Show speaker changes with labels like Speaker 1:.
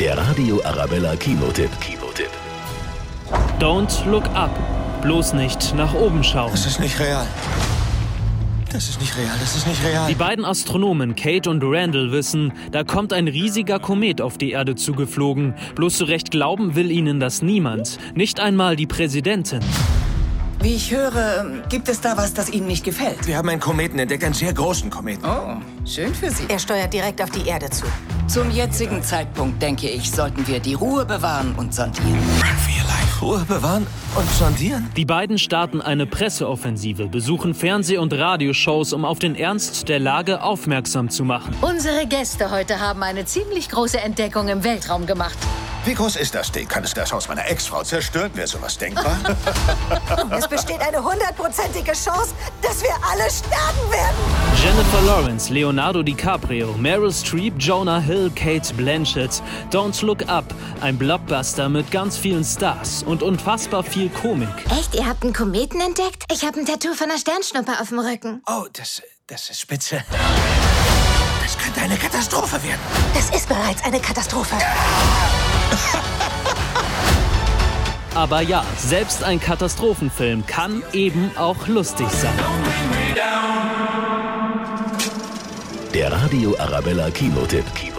Speaker 1: Der Radio Arabella Kinotipp. Kinotipp.
Speaker 2: Don't look up. Bloß nicht nach oben schauen.
Speaker 3: Das ist nicht real. Das ist nicht real, das ist nicht real.
Speaker 2: Die beiden Astronomen Kate und Randall wissen, da kommt ein riesiger Komet auf die Erde zugeflogen. Bloß so recht glauben will ihnen das niemand. Nicht einmal die Präsidentin.
Speaker 4: Wie ich höre, gibt es da was, das Ihnen nicht gefällt?
Speaker 3: Wir haben einen Kometen entdeckt, einen sehr großen Kometen.
Speaker 4: Oh, schön für Sie.
Speaker 5: Er steuert direkt auf die Erde zu.
Speaker 4: Zum jetzigen Zeitpunkt, denke ich, sollten wir die Ruhe bewahren und sondieren.
Speaker 3: Ruhe bewahren und sondieren?
Speaker 2: Die beiden starten eine Presseoffensive, besuchen Fernseh- und Radioshows, um auf den Ernst der Lage aufmerksam zu machen.
Speaker 6: Unsere Gäste heute haben eine ziemlich große Entdeckung im Weltraum gemacht.
Speaker 7: Wie groß ist das Ding? Kann es das Haus meiner Ex-Frau zerstören? Wäre sowas denkbar?
Speaker 5: Es besteht eine hundertprozentige Chance, dass wir alle sterben werden.
Speaker 2: Jennifer Lawrence, Leonardo DiCaprio, Meryl Streep, Jonah Hill, Kate Blanchett. Don't Look Up, ein Blockbuster mit ganz vielen Stars und unfassbar viel Komik.
Speaker 6: Echt? Ihr habt einen Kometen entdeckt? Ich habe ein Tattoo von einer Sternschnuppe auf dem Rücken.
Speaker 3: Oh, das, das ist spitze. Das könnte eine Katastrophe werden.
Speaker 5: Das ist bereits eine Katastrophe.
Speaker 2: Aber ja, selbst ein Katastrophenfilm kann eben auch lustig sein.
Speaker 1: Der Radio Arabella Kinotipp. Kinotipp.